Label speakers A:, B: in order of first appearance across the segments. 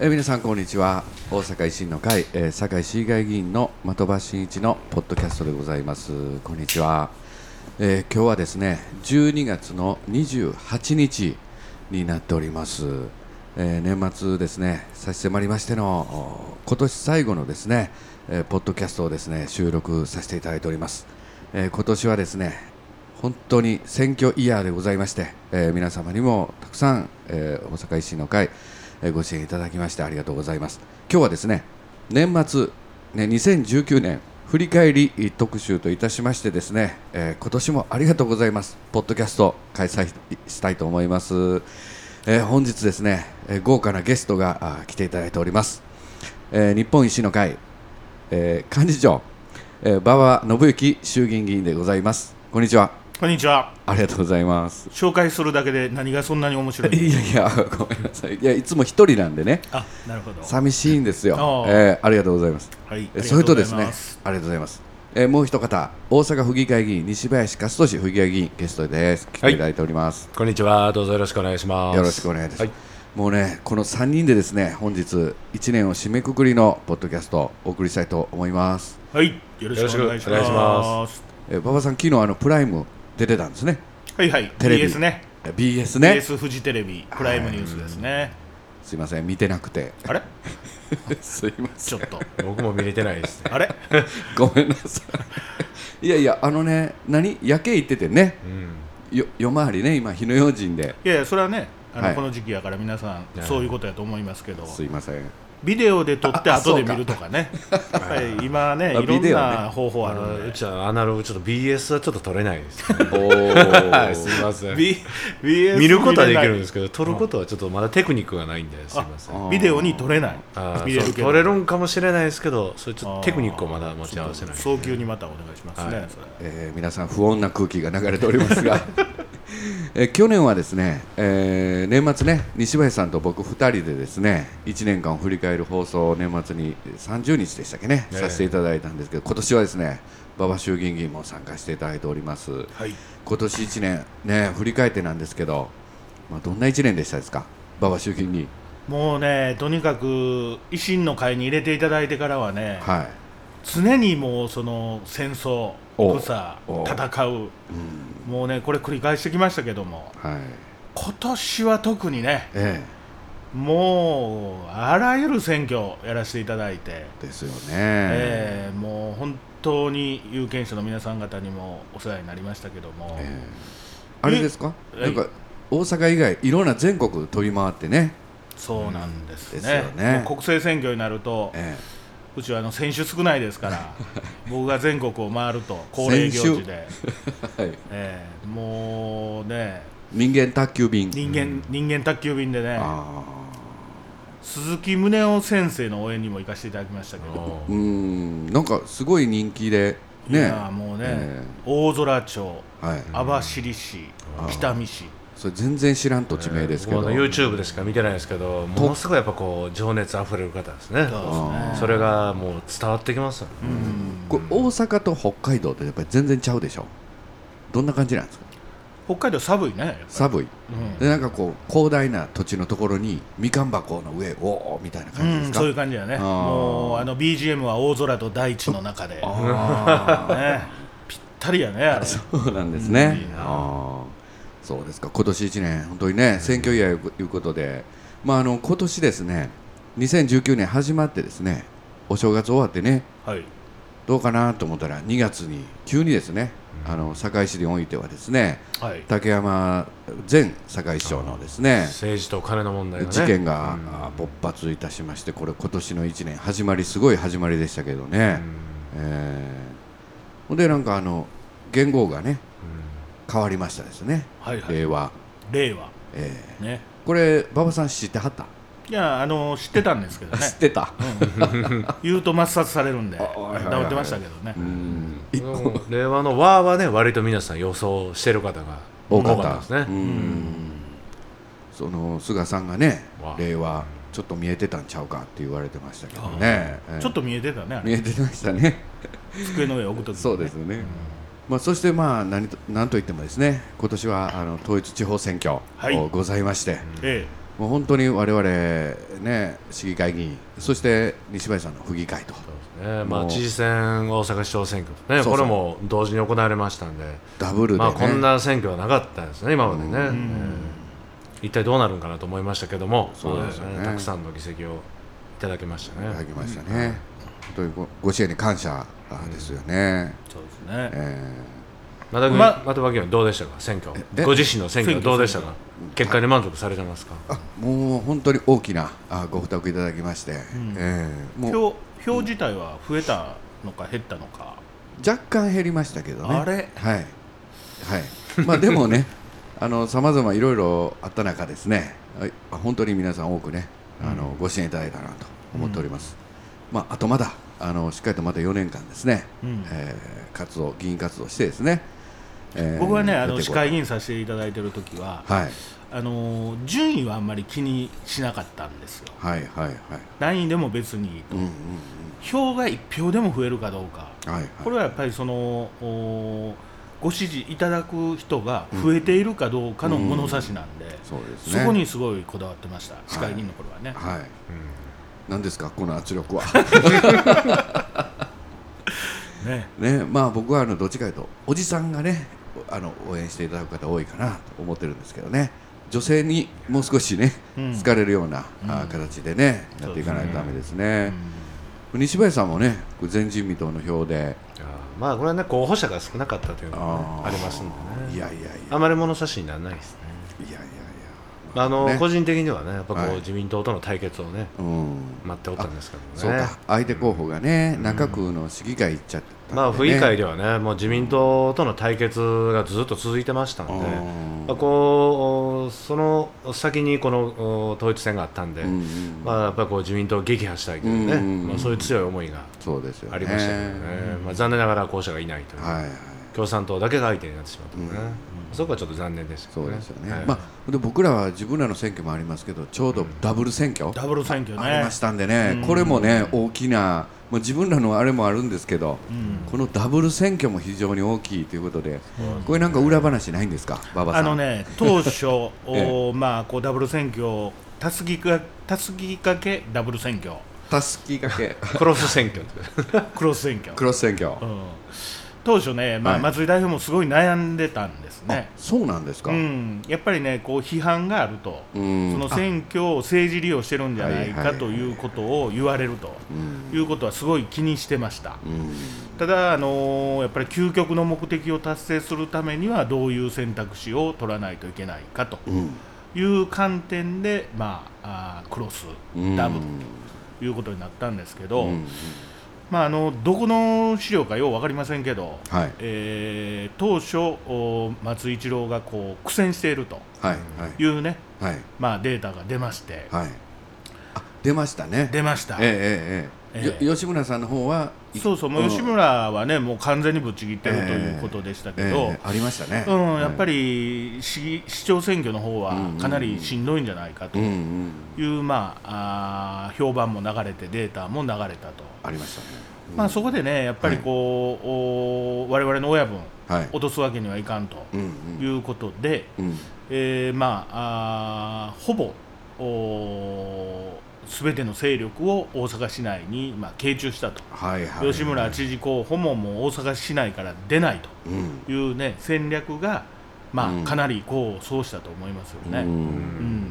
A: えー皆さんこんにちは大阪維新の会、えー、堺市議会議員の的場真一のポッドキャストでございますこんにちは、えー、今日はですね12月の28日になっております、えー年末ですね差し迫りましてのお今年最後のですね、えーポッドキャストをですね収録させていただいております、えー今年はですね本当に選挙イヤーでございまして、えー皆様にもたくさん、えー大阪維新の会、えーご支援いただきましてありがとうございます今日はですね年末ね2019年振り返り特集といたしましてですね、えー今年もありがとうございますポッドキャスト開催したいと思います、えー本日ですね、えー豪華なゲストがあ来ていただいております、えー日本維新の会、えー幹事長、えー馬場伸幸衆議院議員でございますこんにちは
B: こんにちは。
A: ありがとうございます。
B: 紹介するだけで何がそんなに面白い
A: いや
B: の
A: いや、ごめんなさい。いや、いつも一人なんでね、
B: あ、なるほど。
A: 寂しいんですよ
B: あ。あ
A: えーありがとうございます。
B: はい
A: えそれとです
B: あ
A: ね
B: りがございます、
A: ありがとうございます。えーもう一方、大阪府議会議員、西林勝利府議会議員、ゲストです。来ていただいております。
C: こんにちは。どうぞよろしくお願いします。
A: よろしくお願いいたします。
C: はい
A: もうね、この3人でですね、本日、1年を締めくくりのポッドキャスト、お送りしたいと思います。
B: はい、よろしくお願いし
C: よろしくお願
B: ま
C: い
B: す。
A: えー馬場さん、昨日あのプライム出てたんですね。
B: はいはい、
A: テレビ
B: BS ね。
A: えー BS ね。
B: BS フジテレビプライムニュースですね。
A: すいません、見てなくて。
B: あれ
A: すいません。
B: ちょっと。
C: 僕も見れてないですね。
B: あれ
A: ごめんなさい。いやいや、あのね、何、夜景行っててね、
C: うん。
A: よ夜回りね、今、日の用心で、
B: いやいや、それはね、あの、
A: はい
B: この時期やから皆さん、そういうことやと思いますけど、
A: すいません、
B: ビデオで撮って
A: ああ
B: 後で見るとかね。やっぱり今ね、
A: あ
B: いろ
A: ビ
B: ん
A: デオ
B: な
A: ね
B: 方法あ
C: あ
B: る
C: の
B: ん
C: う
B: で。
C: ちはアナログちょっと BS はちょっと撮れないです、ね。
A: お
C: はい、すみ
A: ー
C: ません。
B: B- BS
C: 見ることはできるんですすけど、撮ることはちょっとまだテクニックがないんで、すみません。
A: あ
B: ビデオに撮れない
C: あ。
B: 見れ
C: ー
B: る
C: そう
B: けど
C: 撮れるんかもしれないですけど、それちょっとテクニックをまだ持ち合わせない。
B: 早急にまたお願いしますね、
C: はい
B: それ
A: えー皆さん、不穏な空気が流れておりますが、 えー去年はですね、えー年末ね、西林さんと僕2人でですね、1年間を振り返る放送を年末に30日でしたっけね、
C: ええ
A: させていただいたんですけど、今年はですね、馬場衆議院議員も参加していただいております。
B: はい。
A: 今年1年、ね、振り返ってなんですけど、まあ、どんな1年でしたですか、馬場衆議院議員、
B: もうね、とにかく維新の会に入れていただいてからはね、
A: はい
B: 常にもうその戦争、
A: お
B: 草、
A: お
B: 戦う、もうね、これ繰り返してきましたけども、
A: はい
B: 今年は特にね、
A: え
B: もうあらゆる選挙やらせていただいて、
A: え、ですよね、
B: えーもう本当に有権者の皆さん方にもお世話になりましたけども、
A: ええあれですか、
B: え
A: なんか大阪以外、いろんな全国飛び回ってね、
B: そうなんです
A: うん
B: ね、
A: ですよね
B: もう国政選挙になると、
A: え
B: うちはあの選手少ないですから、 僕が全国を回ると、恒例行事で。
A: えはい、
B: ええもうね
A: 人間宅急便、
B: 人間、人間宅急便でね
A: あ
B: 鈴木宗男先生の応援にも行かせていただきましたけど
A: ーうーん、なんかすごい人気で、
B: い
A: ね、
B: やもうね、
A: え
B: 大空町
A: えはい、
B: 網走市北見市
A: それ全然知らん土地名ですけど、
C: 僕はあの YouTube でしか見てないですけど、ものすごいやっぱこう情熱あふれる方ですね。
B: そう
A: あ
B: です
C: そ
B: ね
C: れがもう伝わってきますよね。
A: これ大阪と北海道ってやっぱり全然ちゃうでしょ、どんな感じなんですか、
B: 北海道寒いねやっぱり
A: 寒い。
B: うん
A: でなんかこう広大な土地のところにみかん箱の上おおみたいな感じで
B: う
A: す
B: ん
A: か、
B: そういう感じだね
A: あー
B: もうあの BGM は大空と大地の中で、ね、
A: あ
B: ぴったりやねあれ
A: ーそうなんですね、
B: いいな
A: あーそうですか今年1年本当にね選挙イヤーいうことで、まあ、あの今年ですね2019年始まってですねお正月終わってね
B: はい
A: どうかなと思ったら2月に急にですねあの堺市においてはですね
B: はい
A: 竹山前堺市長のですね
C: 政治とお金の問題がね。
A: 事件があ勃発いたしまして、これ、今年の1年、始まり、すごい始まりでしたけどね、えーほんで、なんかあの元号がね、変わりましたですね、
B: はいはい
A: 令和、
B: 令和
A: え
B: ね
A: ーこれ、馬場さん、知ってはった、
B: いやあの知ってたんですけ どね
A: 知ってた、
B: 言うと抹殺されるんで
A: はいはいはい
B: 黙ってましたけどね、
C: でも令和の和はね割と皆さん予想してる方が
A: 多
C: 多
A: か
C: か
A: っ
C: ったたですね、
A: うんその菅さんがね
C: わ、あ
A: 令和、ちょっと見えてたんちゃうかって言われてましたけどね、えー
B: ちょっと見えてたねあ
A: 見
B: れ
A: えてましたね。
B: 机の上置くとき、ね、
A: そうですよね、まあ、そして、まあ、何と何といってもですね今年はあの統一地方選挙、
B: はい
A: おございまして、
B: え
A: もう本当に我々、ね、市議会議員、そして西林さんの府議会と、
C: ねま
A: も
C: あ、
A: う
C: 知事選、大阪市長選挙、ね、
A: そうそう
C: これも同時に行われましたんで、
A: ダブルで、
C: ま
A: ね
C: あ、こんな選挙はなかったですね、今までね、
A: うん
C: えー一体どうなるんかなと思いましたけども、
A: そうですよね
C: えーたくさんの議席をいただきましたね。
A: いただきましたね、本当にごご支援に感謝ですよね。
B: そうですね。
A: え
C: また、
B: ま
C: また脇はどうでしたか、選挙
A: え、
C: ご自身の選挙はどうでしたか
B: 選、
C: 結果に満足されてますか。
A: ーあもう本当に大きなあご負託いただきまして、えーもう
B: 票票自体は増えたのか減ったのか。
A: 若干減りましたけどね。
B: あれ
A: はい、はい、まあでも ね、あのさまざまいろいろあった中ですね、はい本当に皆さん多くね、あのご支援いただいたなと思っております。まああとまだあのしっかりとまた4年間ですね、
B: うん
A: えー活動議員活動してですね。えー
B: 僕はね、あ
A: や
B: の
A: ってい
B: 市
A: こうと
B: 会議員させていただいてる時は、
A: はい
B: あのー順位はあんまり気にしなかったんですよ。
A: はいはいはい。
B: 何位でも別にいいと
A: うんうん
B: 票が1票でも増えるかどうか、
A: うん。はいはい。
B: これはやっぱりそのおご支持いただく人が増えているかどうかの物差しなんで、
A: そうです
B: そ
A: ね。
B: こにすごいこだわってました、市会議員の頃はね。
A: はい。なんですかこの圧 力は。
B: ね
A: ねまあ、僕はあのどっちかというとおじさんがねあの応援していただく方多いかなと思ってるんですけどね女性にもう少しね、
B: うん
A: 好かれるような、あ形でねやっていかないとダメですね西林さんもね前人未到の票で
C: いやーまあ、これはね、候補者が少なかったというのがね、
A: ー
C: ありますんでね。
A: いやいやいや
C: あまり物差しにならないですね。
A: いやいやいや
C: あの、
A: ね
C: 個人的にはね、やっぱこう、
A: はい
C: 自民党との対決をね、
A: うん
C: 待っておったんですけどね。
A: そうか相手候補がね、中区の市議会行っちゃったんでね、
C: まあ、府議会ではね、もう自民党との対決がずっと続いてましたので、
A: うん
C: まあ、こうその先にこのお統一選があったんで、
A: うんうん
C: まあ、やっぱりこう自民党を撃破したいというね、
A: うんうんうん
C: まあ、そういう強い思いが
A: そうですよね
C: ありましたけどね、まあ、残念ながら候補者がいないという、
A: はいはい
C: 共産党だけが相手になってしまったのね、そこはちょっと残念でしたけ
A: そ
C: ど
A: う
C: ね。
A: ですよね、
C: はい
A: まあ、で僕らは自分らの選挙もありますけどちょうどダブル選挙、
B: ダブル選挙ね。
A: ありましたんでね、これもね大きな、まあ、自分らのあれもあるんですけど、このダブル選挙も非常に大きいということで、これなんか裏話ないんですか、馬場さ
B: あ
A: ん。
B: のね、当初、
A: え
B: おまあ、こうダブル選挙、たすきかたすきかけダブル選挙、
A: たすきが け
C: クロス選挙
B: クロス選挙、
A: クロス選挙、
B: うん当初ね、まあ
A: はい
B: 松井代表もすごい悩んでたんです
A: あ
B: ね、
A: そうなんですか。
B: うん、やっぱりね、こう批判があると、
A: うん
B: その選挙を政治利用してるんじゃない
A: はいはい
B: か
A: はい
B: ということを言われると
A: うん
B: いうことは、すごい気にしてました。
A: うん
B: ただ、あのーやっぱり究極の目的を達成するためにはどういう選択肢を取らないといけないかと
A: うん
B: いう観点で、まあ、あークロス
A: うん
B: ダブルということになったんですけど、
A: うん
B: まあ、あのどこの資料かよう分かりませんけど、
A: はい
B: えー当初、お松井一郎がこう苦戦していると
A: はいはい
B: いう、ね
A: はい
B: まあ、データが出まして、
A: はい。あ出ましたね。
B: 出ました、
A: ええええええ
B: え
A: よ吉村さんの方は
B: そうそう、もう吉村は、ね、もう完全にぶっちぎってるということでしたけ
A: ええ
B: ど。
A: ええありましたね。
B: うん、やっぱり市市長選挙の方はかなりしんどいんじゃないかと
A: うんう
B: い
A: ん
B: う、まあ、あー評判も流れて、データも流れたと、
A: ありましたね。
B: まあ、そこでね、やっぱりこう、お我々の親分、
A: はい。
B: 落とすわけにはいかんと
A: うん
B: いうことで、
A: うんうん
B: えーまあ、あーほぼすべての勢力を大阪市内に、まあ、傾注したと、
A: はいはい。
B: 吉村知事候補ももう大阪市内から出ないと。
A: うん。
B: いうね戦略が、まあ
A: うん
B: かなりこうそうしたと思いますよね、
A: う
B: うん
A: ん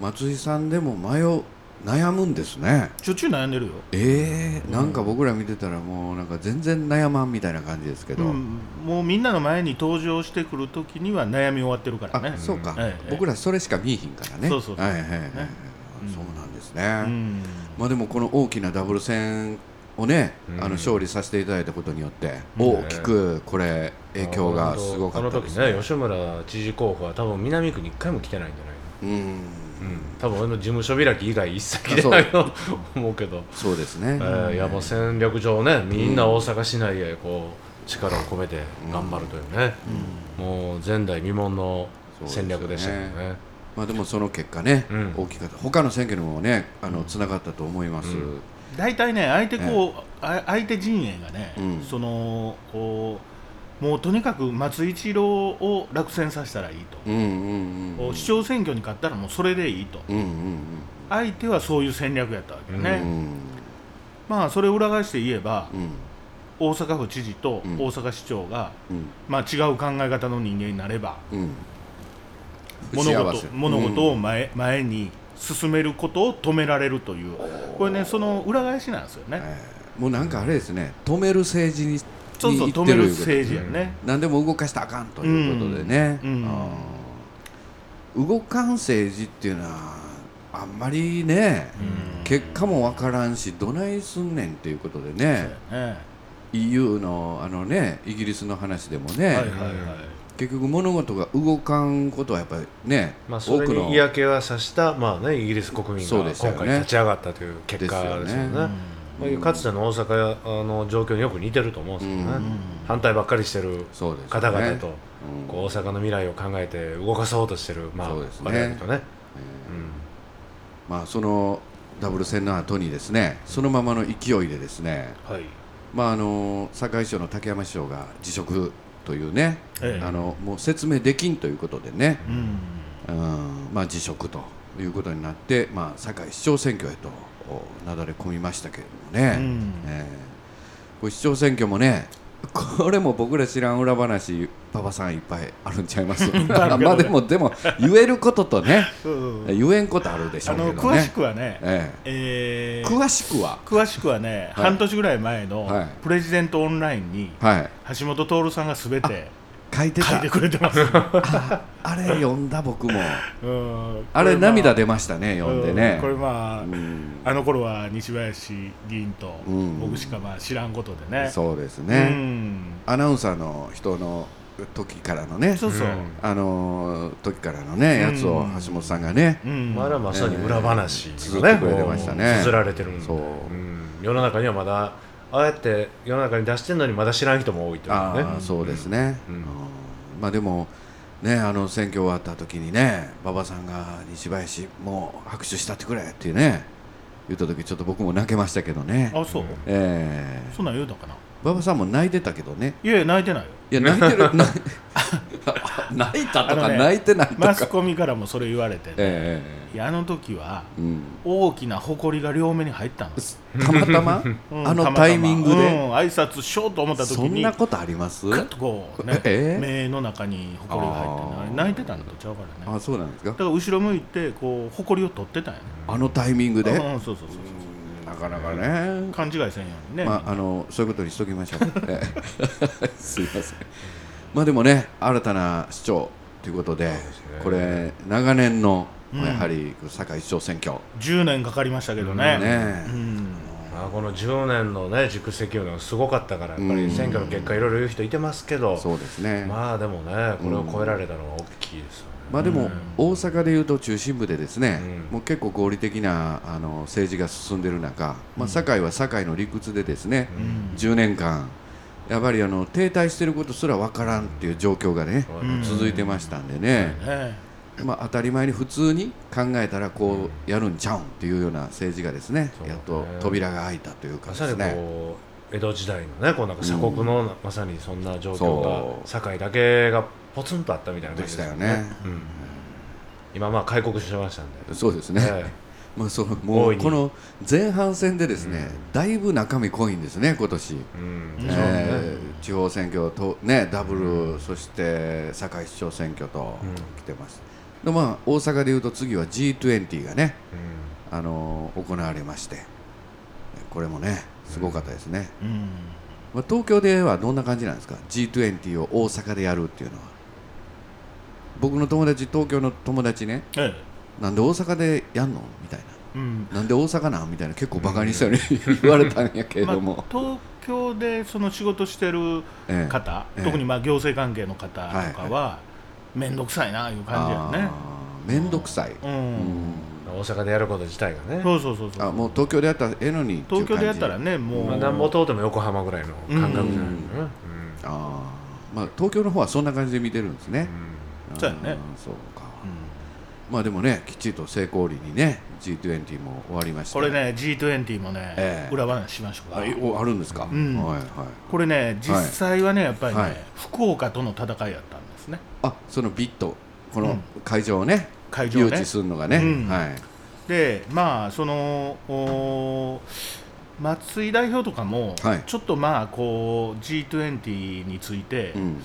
A: 松井さんでも迷う悩むんですね。
B: ちょっちゅう悩んでるよ、
A: えー、なんか僕ら見てたらもうなんか全然悩まんみたいな感じですけ
B: う
A: ど。
B: ん、もうみんなの前に登場してくるときには悩み終わってるからね
A: あ、そうか、
B: ええ
A: 僕らそれしか見えひんからね。
B: そうそうそう
A: はいはいはいはい、
B: ねうん
A: そうなんです
B: う
A: ね。
B: ん
A: まあでもこの大きなダブル戦をね、
C: うん
A: あの勝利させていただいたことによって
B: うん
A: 大きくこれ影響がすごか
C: あの
A: ったで
C: 時
A: す
C: ね、吉村知事候補は多分南区に一回も来てないんじゃないか
A: うん、
C: な、うん、多分俺の事務所開き以外一切来てないと思うけど。
A: そうですね。
C: えー、いやもう戦略上ねみんな大阪市内へこう力を込めて頑張るというね、もう前代未聞の戦略でしたけど
A: そうです
C: ね
A: まあでもその結果ね、
C: うん
A: 大きかった他の選挙にもねあのつながったと思います、
C: うん
B: 大体ね相手こう、あ相手陣営がね、
A: うん
B: そのこうもうとにかく松井一郎を落選させたらいいと、
A: うんうんうんうん
B: 市長選挙に勝ったらもうそれでいいと、
A: うんうん
B: 相手はそういう戦略やったわけよね、
A: うんうん
B: まあそれを裏返して言えば、
A: うん
B: 大阪府知事と
A: うん
B: 大阪市長が、
A: うん
B: まあ、違う考え方の人間になれば
A: うん
B: 物
A: 打ち合わ
B: 事
A: せ
B: 物事を前,、前に進めることを止められるというこれねその裏返しなんですよね、
A: もうなんかあれですね止める政治に
B: そうそう
A: に行
B: 止
A: って
B: める
A: いうこと
B: 政治やね、
A: 何でも動かしたらあかんということでね、
B: うんうん
A: あー動かん政治っていうのはあんまりね、結果もわからんしどないすんねんっていうことでね
B: え
A: EU のあのねイギリスの話でもね、
B: えはいはいはい、
A: 結局物事が動かんことはやっぱりね、
C: まあ、それに嫌気はさした、まあね、イギリス国民
A: そう
C: が
A: でしたよ
C: 今
A: ね
C: 回立ち上がったという結果ですよね
A: ですよね
B: うん
C: まあ、かつての大阪あの状況によく似てると思うんですよね、
A: うん
B: うん
C: 反対ばっかりしてる
A: そうですよね
C: 方々と、
A: うん
C: こう大阪の未来を考えて動かそうとしてる、まあ、
A: そうですね
C: 我々とね、
A: まあ、そのダブル戦の後にですねそのままの勢いでですね、
B: はい
A: まあ、あの堺市長の竹山市長が辞職というね、
B: ええ
A: あのもう説明できんということでね、
B: うん
A: うんまあ、辞職ということになって、まあ、堺市長選挙へとおなだれ込みましたけれどもね、
B: うん
A: ええこれ市長選挙もねこれも僕ら知らん裏話パパさんいっぱいあるんちゃいます
B: ぱいあるけどね
A: まあでもでも言えることとね
B: そうそうそう
A: 言えんことあるでしょ
B: あ
A: うけど
B: の
A: ね
B: 詳しくはね、
A: ええ
B: えー
A: 詳しくは
B: 詳しくはね、
A: はい
B: 半年ぐらい前の
A: はい
B: プレジデントオンラインに
A: はい
B: 橋本徹さんがすべて
A: 書いて
B: 書い
A: た
B: てくれ てます。
A: ああれ読んだ僕も
B: うん
A: あれ涙出ましたね
B: うん
A: 読んでね
B: これまあ、
A: うん
B: あの頃は西林議員と
A: うん
B: 僕しかまあ知らんことでね。
A: そうです
B: う
A: ね
B: ん
A: アナウンサーの人の時からのね
B: そうそう。
C: うん
A: あのー時からのねやつを
B: うん
A: 橋本さんがね
B: うん
C: まあ、あれはまさに裏話
A: ええ
C: です
A: 綴
C: ね、
A: ってくれてましたね
C: こう綴られてるんで
A: そうん
C: 世の中にはまだ、ああやって世の中に出してるのに、まだ知らん人も多いという
A: あ
C: ね
A: あ、そうですね
C: うん
A: うんまあでもねあの選挙終わった時にね馬場さんが西林もう拍手したってくれっていうね言った時ちょっと僕も泣けましたけどね
B: あ、そう。
A: ええ
B: そんなん言うのかな。
A: 馬場さんも泣いてたけどね
B: いやいや泣いてないよ。
A: いや泣いてる泣い泣いたと
B: あ
A: か
B: のね
A: 泣い てないと
B: マ
A: か
B: スコミからもそれ言われて、
A: え
B: いやあの時は
A: えええうん
B: 大きな埃が両目に入ったんです。
A: たまた ま
B: うん
A: あ
B: た
A: の
B: またま
A: タイミング
B: う
A: で
B: ん挨拶しようと思った時
A: そん
B: に
A: なことあります
B: クッとこうね、
A: え
B: 目の中にほこりが入ってるの
A: あー
B: あれ泣いてたんだとちゃうからね
A: あそうなんですか
B: だから後ろ向いてこうほこりを取ってたんやね
A: あのタイミングで
B: うんうんそうそうそうそう
A: なかなかね
B: 勘違いせんようにね、
A: まああのそういうことにしときましょうええ すいませんまあでもね新たな市長ということで
C: ですね
A: これ長年の
B: うん
A: やはり堺市長選挙
B: 10年かかりましたけどね,、
A: ね
B: うん
C: まあ、この10年の、ね、熟積いうのがすごかったから、やっぱり選挙の結果、いろいろ言う人いてますけど、
A: そうですね
C: まあでもね、これを超えられたのは大きいですよね。
A: まあでも大阪でいうと中心部でですね、
C: うん
A: もう結構合理的なあの政治が進んでいる中、まあ、堺は堺の理屈でですね、
B: うん
A: 10年間やっぱりあの停滞していることすらわからんっていう状況がね、
B: うん
A: 続いてましたんでね、
B: ね
A: まあ、当たり前に普通に考えたらこうやるんちゃうんっていうような政治がですね
C: そうね
A: やっと扉が開いたというか
C: ま
A: で
C: さに
A: すね。
C: こう江戸時代のねこうなんか鎖国の、まさにそんな状況
A: そ
C: が
A: う
C: 堺だけがポツンとあったみたいな感
A: で
C: じ
A: し
C: で
A: た
C: す
A: よね。
C: うん、今まあ開国しましたんで、
A: そうですね、
C: え
A: まあ、そのも
C: 大
A: う
C: いに
A: この前半戦でですね、
C: う
A: だいぶ中身濃いんですね、今年。
C: えうん
B: うん
C: そうね
A: えー地方選挙と、ね、ダブル、そして堺市長選挙と
C: うん
A: 来てます、でまあ、大阪でいうと次は G20 がね、
C: うん
A: あのー行われましてこれもねすごかったですね、
B: うん
A: まあ、東京ではどんな感じなんですか G20 を大阪でやるっていうのは僕の友達東京の友達ね
B: え
A: なんで大阪でやんのみたい
B: えうん
A: ななんで大阪なんみたいな結構バカにしたように 言われたんやけれ
B: まあ
A: ども、
B: 東京でその仕事してる
A: ええ
B: 方、
A: ええ
B: 特にまあ行政関係の方とか
A: はい
B: は面倒くさいないう感じやね
A: あー面倒くさい、
B: うん、
C: 大阪でやること自体がね、
B: そうそうそうそう
A: あもう東京でやったらええのにっていう
B: 東京でやったら
A: 感じ
B: ねもう、
C: まあ、なんぼ通っても横浜ぐらいの感覚じゃないのね、うん
A: あーまあ東京の方はそんな感じで見てるんですね、
C: うん
A: あー
B: そうやね
A: そうか、
B: うん
A: まあでもねきっちりと成功裏にね G20 も終わりました
B: これね G20 もね、
A: ええ
B: 裏話しましょうか
A: あいおあるんですか、
B: ん
A: はいはい
B: これね実際はねやっぱりね、
A: はい
B: 福岡との戦いやったんですね
A: あそのビットこ
B: う
A: の
B: ん
A: 会場をね,、
B: 会場をね
A: 誘致するのがね、
B: うん
A: はい
B: でまあそのお松井代表とかも、
A: はい
B: ちょっとまあこう G20 について、
A: うん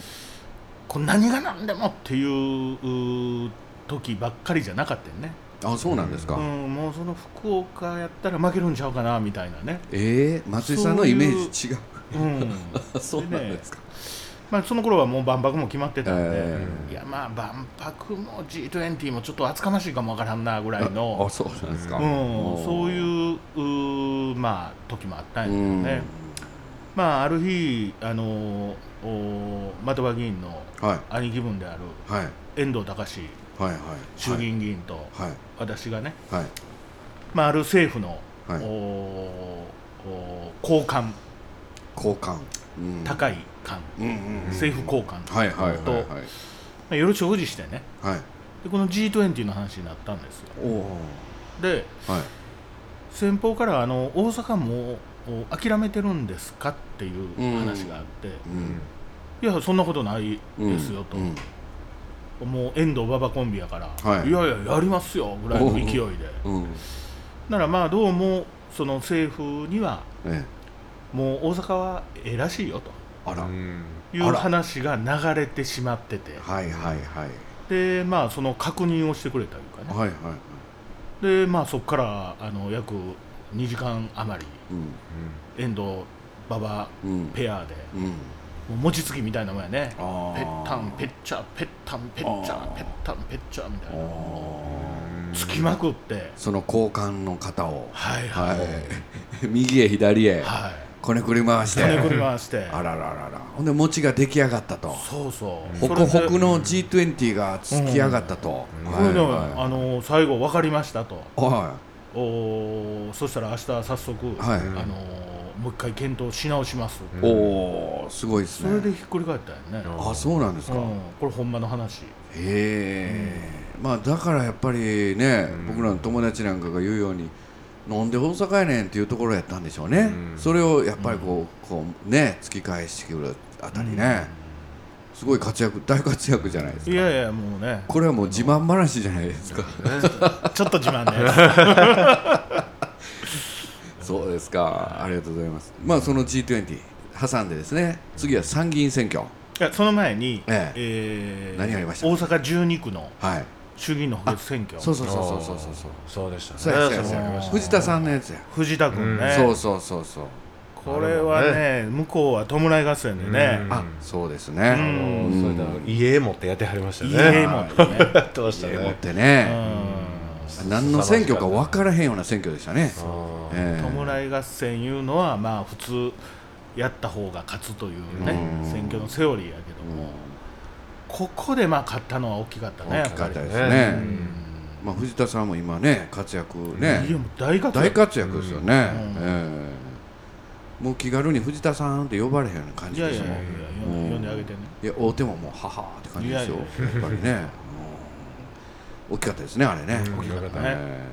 B: こう何が何でもっていうう時ばっかりじゃなかったよね、
A: あそうなんですか、
B: うん、もうその福岡やったら負けるんちゃうかなみたいな ね、
A: えー、松井さんのイメージ違う
B: うん、
A: あそうなんです か、
B: まあ、その頃はもう万博も決まってたんで、
A: え
B: いやまあ万博も G20 もちょっと厚かましいかもわからんなぐらい
A: あ
B: の、
A: そうなんですか、
B: う
A: お
B: ん、
A: ー
B: そういううーまあ時もあったんやけどね、まあある日あのお的場議員の
A: うんはい
B: 兄貴分である
A: はい
B: 遠藤隆
A: はいはい
B: 衆議院議員と
A: はい
B: 私がね、
A: はい
B: まあ、ある政府の、
A: はい
B: おお高官
A: 交換、うん、
B: 高い官、
A: うんうんうん
B: 政府高官と、
A: はいはいはいはい
B: まあ、夜食事してね
A: はい
B: でこの G20 の話になったんですよ
A: おお
B: で
A: はい
B: 先方からあの大阪もお諦めてるんですかっていう話があって、
A: うん
B: いやそんなことない
A: うん
B: ですよと、
A: うん
B: もう遠藤馬場コンビやから、
A: はい
B: い、やいややりますよぐらいの勢いで
A: うん
B: ならまあどうもその政府には
A: ええ
B: もう大阪はええらしいよと
A: あら、
C: うん
B: いう
A: あら
B: 話が流れてしまってて
A: はいはいはい
B: でまあその確認をしてくれたというかね
A: はいはい
B: でまあそこからあの約2時間余り
A: うん
B: 遠藤馬場
A: うん
B: ペアで
A: うん
B: もう餅つきみたいなもんやね
A: あ
B: ぺったんぺ
A: ッ
B: っちゃぺったんぺっち
A: あ
B: ゃ
A: ー
B: ぺったんぺっちゃみたいな
A: あ
B: つきまくって
A: その交換の方を
B: はいは
A: はいい 右へ左へ
B: はい
A: こねくり回して
B: こねくり回して
A: あららららほんで餅が出来上がったと
B: そうそう
A: ホ
B: それ
A: ク
B: で
A: ホクの G20 がつき上がったと、
C: うん
B: これでもあ
A: は
B: の最後分かりましたと
A: いは
B: おーそしたら明日早速、
A: はい
B: あのーもう一回検討し直します、
A: いおおすごいです
B: それで
A: ね
B: ひっくり返ったよね、
C: あ
A: あそうなんです
B: う
A: か、
B: ん、これほんまの話
A: へえ、まあだからやっぱりね、
C: うん
A: 僕らの友達なんかが言うようになんで大阪やねんっていうところやったんでしょうね、
C: うん
A: それをやっぱりこう,、こうね突き返してくるあたりね、すごい活躍大活躍じゃないです
B: い
A: か
B: やいやもうね
A: これはもう自慢話じゃないですか
B: ちょっと自慢で
A: そうですかありがとうございますまあその G20 挟んでですね次は参議院選挙
B: いやその前に、
A: え
B: えー
A: 何がありました
B: 大阪12区の
A: はい
B: 衆議院の補欠選挙
A: そうそううそうそうそうそうそう
C: そうでしたね
A: そうやそうや
B: ね
A: そう
B: あり
A: や
B: ました
A: 藤田さんのやつや、
B: 藤田君ね、
A: そうそうそうそう
B: これはね向こうは弔い合戦でね
C: うん
A: あそうですね、
B: う
C: あの
A: うん
C: それだ家持ってやってはりました
B: いい
C: ね
B: えもんね、
C: やってました
A: 家持っ
C: ね
A: て
B: う
A: ね、
B: ん
A: 何の選挙か分からへんような選挙でしたね。
C: あー
A: ええ
B: 弔い合戦いうのはまあ普通やった方が勝つというね、
A: うん
B: 選挙のセオリーやけども、ここでまあ勝ったのは大きかったね
A: 大きかったです
C: やっ
A: ね
C: ぱりね
A: まあ、藤田さんも今ね活躍
B: やっぱりい
A: ね、
B: やもう大活
A: 大
B: 躍
A: 活躍ですよね、
B: うん
A: ええもう気軽に藤田さんって呼ばれへんような感
B: い
A: じ
B: や
A: で
B: いや
A: す
B: いや
A: もん
B: いや呼んで呼んであげてね
A: いや大手ももうははーって感じですよ
B: いや
A: やっぱりね、うん大きかったですねあれね、
C: うん大きかったね
A: ええ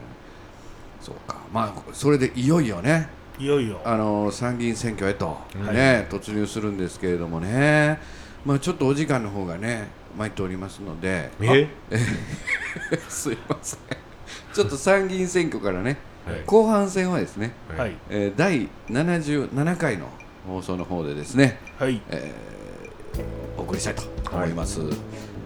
A: そうかまあそれでいよいよね
B: いよいよ
A: あの参議院選挙へと、
C: はい
A: ね、突入するんですけれどもね、まあ、ちょっとお時間の方がね参っておりますので
C: え
A: あすいません ちょっと参議院選挙からね
C: はい
A: 後半戦はですね、
B: はいはい、
A: えー第77回の放送の方でですねお送りしたいと思います、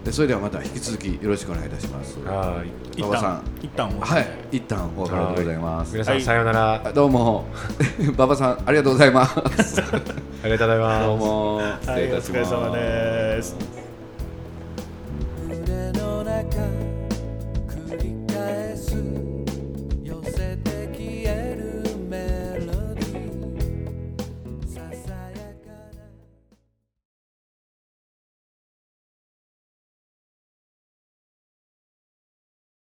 A: でそれではまた引き続きよろしくお願いいたしますは
C: はい
B: 一
A: 馬場さ
B: 旦一旦終わり
A: い一旦お別れでございます
C: 皆さんさようならあ
A: あどうも 馬場さん ありがとうございます
C: りがとうございます
A: どうも
B: はい、お疲れ様です
A: す